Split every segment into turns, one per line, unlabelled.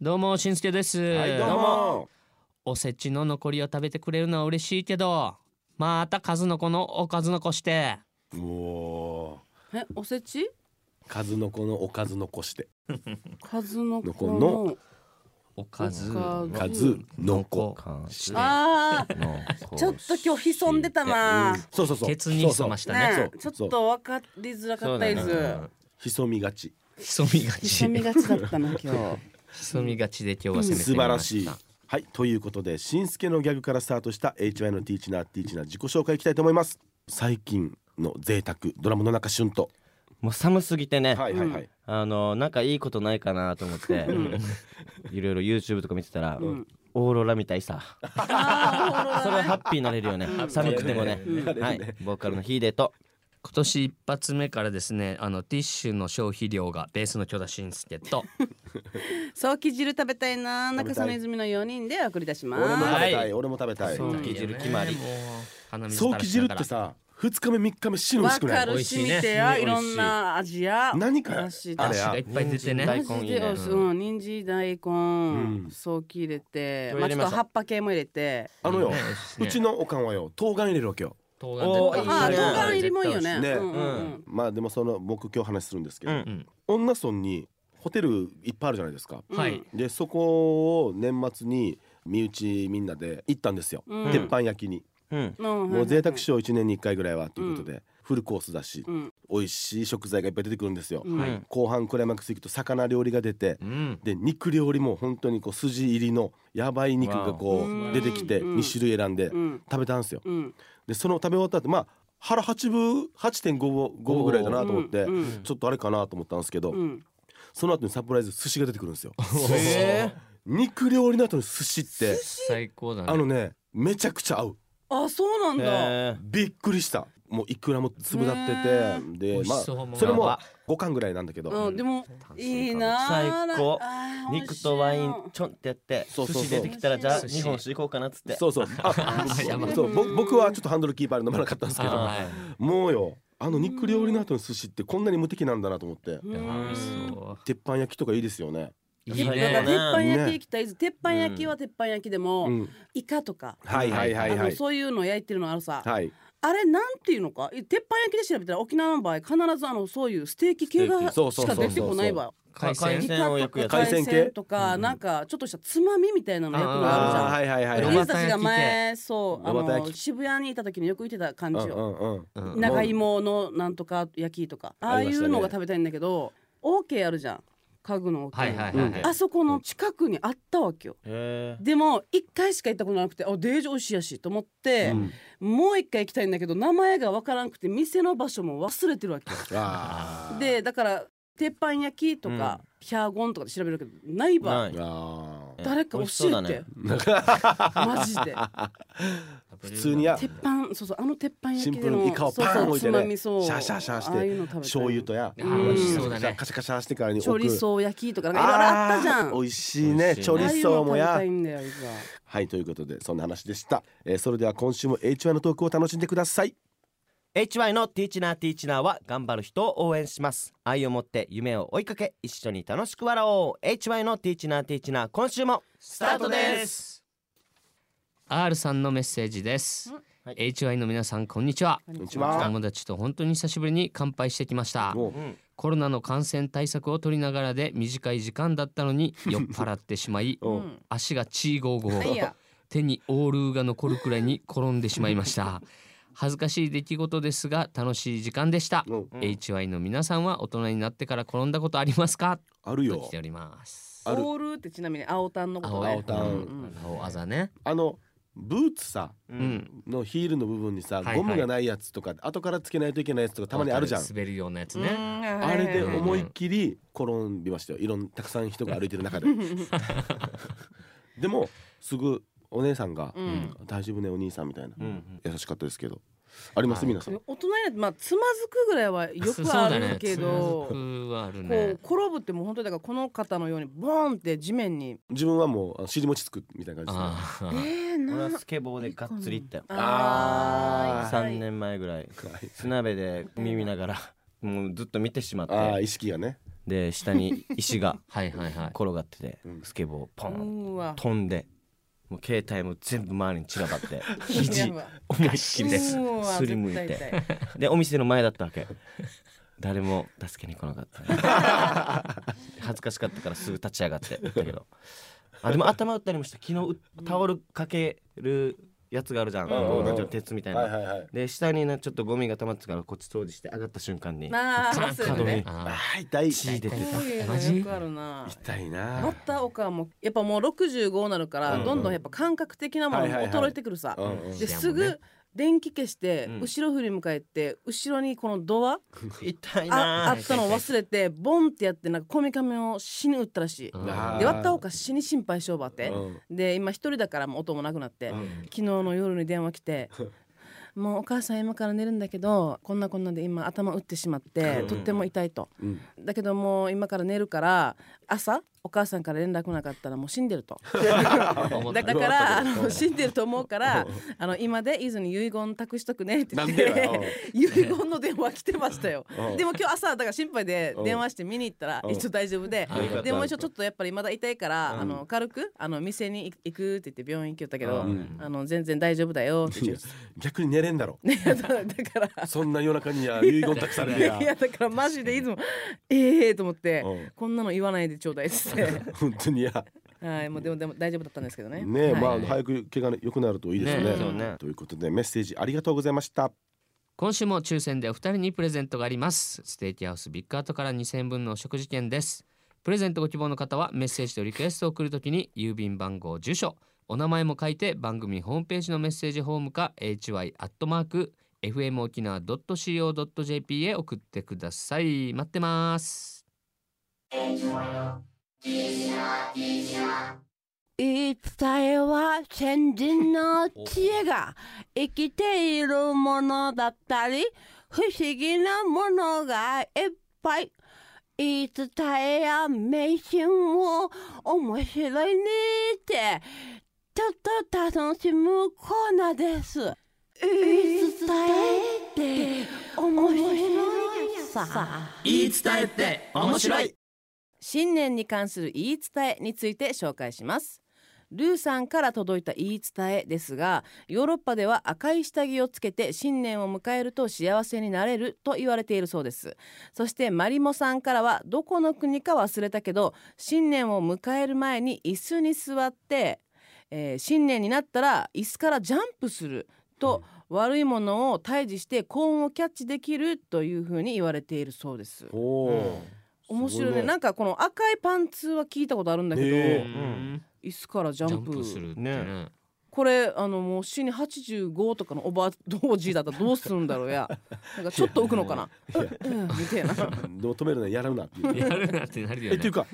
どうもしんすけです、
はい、どうも。
おせちの残りを食べてくれるのは嬉しいけどまた数の子のおかず残して
おお
えおせち
ー、数の子のおかず残して。
数の
の
子
こ
の
の
おかず
おか
数の子。
して
あ ーちょっと今日潜んでたな、
そうそうそう。
ケツに潜ましたね
ねえ
そう
ち
そ
ょ
う
っと分かりづらかったです、
潜みがち。
潜みがち
潜みがちだったな今日
潜みがちで今日は攻めてみました
素晴らしい。はい、ということで、しんすけのギャグからスタートした HY のティーチナーティーチナー自己紹介いきたいと思います。最近の贅沢ドラムの中俊と。
もう寒すぎてね、
はいはいはい。
あのなんかいいことないかなと思っていろいろ YouTube とか見てたら、
ん
オーロラみたいさ
あ
それはハッピーになれるよね寒くてもね
うん
はいボーカルのヒデと
今年一発目からですねあのティッシュの消費量がベースの巨田信介と
ーそうき汁食べたいな
食べたい
中曽根泉の4人で送り出しま
俺も食べ
す
たい、
はい
俺も食べたい。
そうき汁決まり
もう鼻水
早
垂ら
期
しな
汁
が
っ
ら
てさ、二日目三日目死ぬ美味しく
分
な
か
い。
美
る
味
し
しい
み
ね
てや
美味しい
いろんな味や
何か
らしい
あれ
が
や
いっぱい出てね
大
マ
根
ジで
いいね
おいしいうん人参大
ん
根早期入れて
これ
まあちょ
入れ
っと
ました
葉っぱ系も入れて
あのよ、
ね美味しいね
うちのおかんはよ、冬瓜入れるわけよ。
唐
お
辛
ーいい
子
ね
あ
あ
あ
れ
唐
は
辛入りもいいよね
ね
うんうんう
うん
まあでもその僕今日話するんですけど、
うん
うん
恩納村にホテルいっぱいあるじゃないですか。
うん
はい
でそこを年末に身内みんなで行ったんですよ、
うん
鉄板焼きに、
うん
も
もう贅沢しよう1年に1回ぐらいはということで、
う
フルコースだし、
うん
美味しい食材がいっぱい出てくるんですよ、
うん
はい
後半クライマックス行くと魚料理が出て
うん
で肉料理も本当にこう筋入りのやばい肉がこ
わ
う
お
出てきて
うん
2種類選んで
うん
食べたんですよ
うん
でその食べ終わった後まあ腹8分8.5分ぐらいだなと思って、
うんうん
ちょっとあれかなと思ったんですけど、
うん
その後にサプライズ寿司が出てくるんですよ
え
肉料理の後に寿司って
最高だね
あのねめちゃくちゃ合う
あそうなん
ー
だ
え
びっくりしたもういくらも粒立ってて
美
で
味
ま
し
あ
そうもう
それ
や
も
ば
5巻ぐらいなんだけど、
うんでもいいな
最高
あ
ー
ー美味
肉
しいな
とワインちょんってやって
そう
寿
そうそう
司出てきたらじゃあ
寿司
日本酒行こうかなっつって
そうそうあ
やばい
そうぼ僕はちょっとハンドルキーパーで飲まなかったんですけど
あ
もうよあの肉料理の後の寿司ってこんなに無敵なんだなと思って
う
ーいや美味し
ん
そ
鉄板焼きとかいいですよね、
うい
い
い
や
ね
だから鉄
ね
板焼き行きたいです鉄板焼きは鉄板焼きでも、
うん、
イカとか、
はいはいは
あ
いは
の
い
そういうの焼いてるのあるさ、
はい
あれなんていうのか鉄板焼きで調べたら沖縄の場合必ずあのそういうステーキ
ス
系
テー
が
キそうそうそう
しか
そう
出てこないわ
海
イ
鮮
カ
海鮮を
と
焼く
か
やつ
海鮮
海鮮系
とかなんかちょっとしたつまみみたいなの焼くのあるじ
あ
ゃん
ーはいはいはい
おば
は
俺
さ
い
たちが前そうあ
おばた焼
の
き
渋谷にいた時によく行ってた感じ
う
よ、
んうんうん
うん
長芋のなんとか焼きとかああいうのが食べたいんだけどオーケーあるじゃん家具のオーケー、
はいはいはいはい
あそこの近くにあったわけよ
へ
でも一回しか行ったことなくてあデージ美味しいやしと思って、もう一回行きたいんだけど名前がわからなくて店の場所も忘れてるわけよ
あー
でだから鉄板焼きとか、ヒャーゴンとかで調べるけどない
ー
ば、
ない
あー
誰か教
美味しそうだ
えて
ね、
マジで
普通にや
鉄板そうそうあの鉄板
シ
焼
ン
き
プ
で
ルに
の
イカを
そう
パーン
そう
置い
つ
て
ま
ね
みそう
シャーシャーシャーし
ああいうの
て
食べたい
醤油とや
あー
美味し
そうだね
カシャカシャしてからに置
チョ
く
リソー焼きとかなんかいろいろあったじゃ
あ
ん
ー美味しいね
美味しいね
チョリソーも
ああ
や
いうの食べたいんだよいつは
はいということでそんな話でした、えー、それでは今週も HY のトークを楽しんでください
HY のティーチナーティーチナーは頑張る人を応援します愛を持って夢を追いかけ一緒に楽しく笑おう HY のティーチナーティーチナー今週もス
スタートです R さんのメッセージです、
はい
HY の皆さんこんにちは
こんにちは
友達と本当に久しぶりに乾杯してきました
もう
うん
コロナの感染対策を取りながらで短い時間だったのに酔っ払ってしま い
うん
うん
足がチーゴーゴ
はい
ー
や
手にオールが残るくらいに転んでしまいました恥ずかしい出来事ですが楽しい時間でした、
うん
HY の皆さんは大人になってから転んだことありますか
ある
と
よ
来ております
ある
オールってちなみに青タンのことね
青タン
うん
青あざね
あのブーツさ
う
うんん
のヒールの部分にさ、
はいはい
ゴムがないやつとか後からつけないといけないやつとかたまにあるじゃん
滑るようなやつ
うん
ね、
うん
あれで
はいはい
思いっきり転びましたよいろんたくさん人が歩いてる中ででもすぐお姉さんが
うん
「大丈夫ねお兄さん」みたいな、
うん
優しかったですけどあります、
はい
皆さん
大人になってまあつまずくぐらいは よくあるけ
そ
ど、
うだねつまずくはある
こう
ね
転ぶってもう本当にだからこの方のようにボーンって地面に
自分はもうあの尻餅つくみたいな感じですね
ああ
えー、
俺は
な
スケボーでがっつり行ったよ
あー
ー
3年前ぐらい
はい
砂辺で耳ながらもうずっと見てしまっ
ああ
て
意識がね
で下に石が
はいはいはい
転がってて
うん
スケボーポ
う
ン
んわ
飛んでもう携帯も全部周りに散らば って
や
肘
ば
思いっきりです
うわ
すりむい
絶
て
対痛
でお店の前だったわけ誰も助けに来なかった恥ずかしかったからすぐ立ち上がってだけどあでも頭打ったりもした昨日うタオルかけるやつがあるじゃん、
うんうんうん
なんていうの鉄みたいな、
はいはいはい
で下にねちょっとゴミが溜まってたからこっち掃除して上がった瞬間に
なあそういうのね
あ
あー痛い
血出
こ
て
ういう
マジ
のよくあるな
痛い
バッ
な
ターオカもやっぱもう65になるから、
うん
どんどんやっぱ感覚的なものも衰えてくるさ、
うんうん
い
で
いや
す
もうね
ぐ電気消して、
うん
後ろ振り向かえて後ろにこのドア
痛い
あ
な
あったのを忘れてボンってやってなんかこめかみを死に打ったらしい、
ー
あー
で割ったほか死に心配しようばって、
うん
で今一人だからもう音もなくなって、
うん
昨日の夜に電話来てもうお母さん今から寝るんだけどこんなこんなで今頭打ってしまって、
うん
とっても痛いと
うん
だけどもう今から寝るから朝お母さんから連絡なかったらもう死んでると
思った
だからあの死んでると思うからあの今で伊豆に遺言託しとくねって言
な
っ
んでや
て 遺言の電話来てましたよ
うん
でも今日朝だから心配で電話して見に行ったら
うん
一応大丈夫で
あよかった
でも一応ちょっとやっぱりまだ痛いから、
うん
あの軽くあの店に行くって言って病院行きよったけど、
うん
あの全然大丈夫だよって
い
言
や
って
逆に寝れんだろ
だから
そんな夜中 には遺言託され
い
てや
やだからマジでいつもええと思って
うん
こんなの言わないでちょうだいっつって。
本当にいや
はい、もうでもでも大丈夫だったんですけどね。
ねえ、
はい
まあ早く怪我が良くなるといいです
ね
ね
えそう
ね
ということでメッセージありがとうございました
今週も抽選でお二人にプレゼントがありますステーキハウスビッグアートから2000分のお食事券ですプレゼントご希望の方はメッセージとリクエストを送るときに郵便番号住所お名前も書いて番組ホームページのメッセージホームか hy.fm 沖縄 .co.jp へ送ってください待ってます
いっぱいは先人の知恵が生きているものだったり不思議なものがいっぱい言い伝えや迷信を面白いねってちょっと楽しむコーナーです言い伝えって面白いさ
言い伝えって面白い
新年に関する言い伝えについて紹介しますルーさんから届いた言い伝えですがヨーロッパでは赤い下着をつけて新年を迎えると幸せになれると言われているそうですそしてマリモさんからはどこの国か忘れたけど新年を迎える前に椅子に座って、えー新年になったら椅子からジャンプすると、悪いものを退治して幸運をキャッチできるというふうに言われているそうです
おお
面白いねなんかこの赤いパンツは聞いたことあるんだけど、
ね
う
え
ん
椅子からジ
ジ
ャ
ャ
ン
ン
プ
プするってね
ね
これあのもう死に85とかのおばあ同時だったらどうするんだろ うやなんかちょっと浮くのかな
やい
うんうんみた いな
でも止めるのはやらうな っていう
やるなってなるよね
えっていうか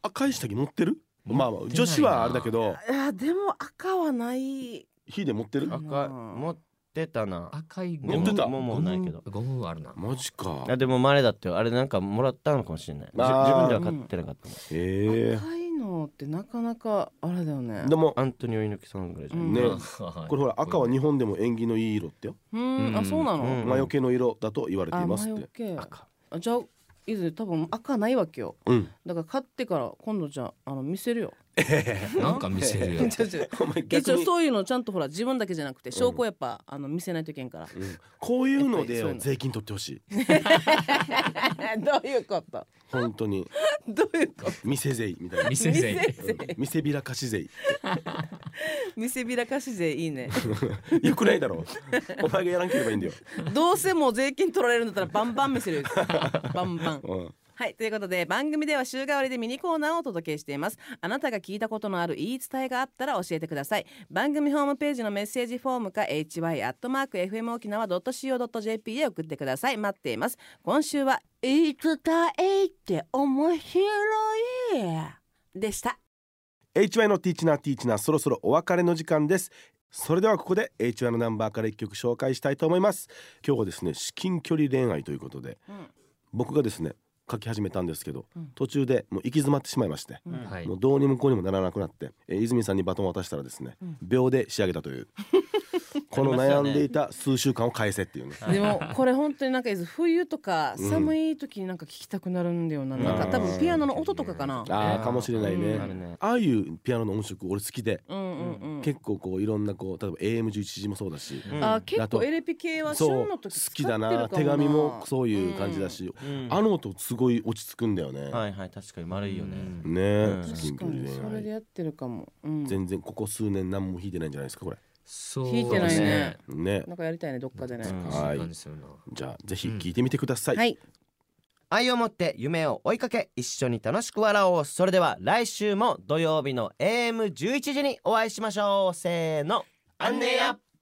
赤い下着持ってる
持ってないな
まあまあ女子はあれだけど
いやでも赤はない
火で持ってる
うん
赤い持ってたな
赤いゴ
持って
ム
た
もうもうないけど
ゴムはあるな
マジか
あでもまれだってよあれなんかもらったのかもしれないじ
あー
自分では買ってなかったもん
え
赤いのってなかなかあれだよね
えでも
アントニオ猪木さんぐらいじゃん、
うん
ね
こ
これほら赤は日本でも縁起のいい色ってよ
うん
うん
あそうなの、
うん
魔除けの色だと言われてい
あ
ま
魔
すっ
除
て
け
赤
あじゃあいず多分赤ないわけよ
うん
だから買ってから今度じゃああの見せるよ
なんか見せるよ
ちょちょ
お前
一
逆
応
に
そういうのちゃんとほら自分だけじゃなくて証拠やっぱ、あの見せないといけんから
うんこういうの
やっぱりそういう
で
の
税金取ってほ しい
どういうこと
本当 に
どういうこと
店税みたいな
見せるよ
うん店びらかし税
見せびらかし税いいね
よくないだろうお前がやらなければいいんだよ、
どうせもう税金取られるんだったらバンバン見せるよバンバン
うん、
はいということで番組では週替わりでミニコーナーをお届けしていますあなたが聞いたことのある言い伝えがあったら教えてください番組ホームページのメッセージフォームか hy.fm 沖縄 .co.jp へ送ってください待っています今週は言い伝えって面白いでした
HY のティーチナーティーチナーそろそろお別れの時間ですそれではここで HY のナンバーから一曲紹介したいと思います今日はですね至近距離恋愛ということで、
うん
僕がですね書き始めたんですけど、
うん
途中でもう行き詰まってしまいまして、
うん
はい
もうどうにもこうにもならなくなって、えー泉さんにバトンを渡したらですね、秒で仕上げたというこの悩んでいた数週間を返せっていうね
はい
でもこれ本当になんかいつ冬とか
うん
寒い時になんか聞きたくなるんだよな,、
うん
なんか多分ピアノの音とかかな
あーかもしれないね、
うん
あるね
ああいうピアノの音色俺好きで
うんうんうん
結構こういろんなこう例えば AM11 時もそうだし、
うん
あー結
あと
構エレピ系は
そ
旬
う
の
好
時使っ
き
てるか
だ
も
な
な
手紙もそういう感じだし、
うん
あの音すごい落ち着くんだよね、
はいはい確かに丸いよね
ねえ、
うん
至
確
近
か
距離
にそれで
恋愛
やってるかも、うん、
全然ここ数年何も弾いてないんじゃないですかこれ
そう
弾いてないね
ね
なんかやりたいねどっかでね、
うん
難しい感じするな
じゃあぜひ聞いてみてください、
はい
愛を持って夢を追いかけ一緒に楽しく笑おうそれでは来週も土曜日の AM11 時にお会いしましょうせーのアンネや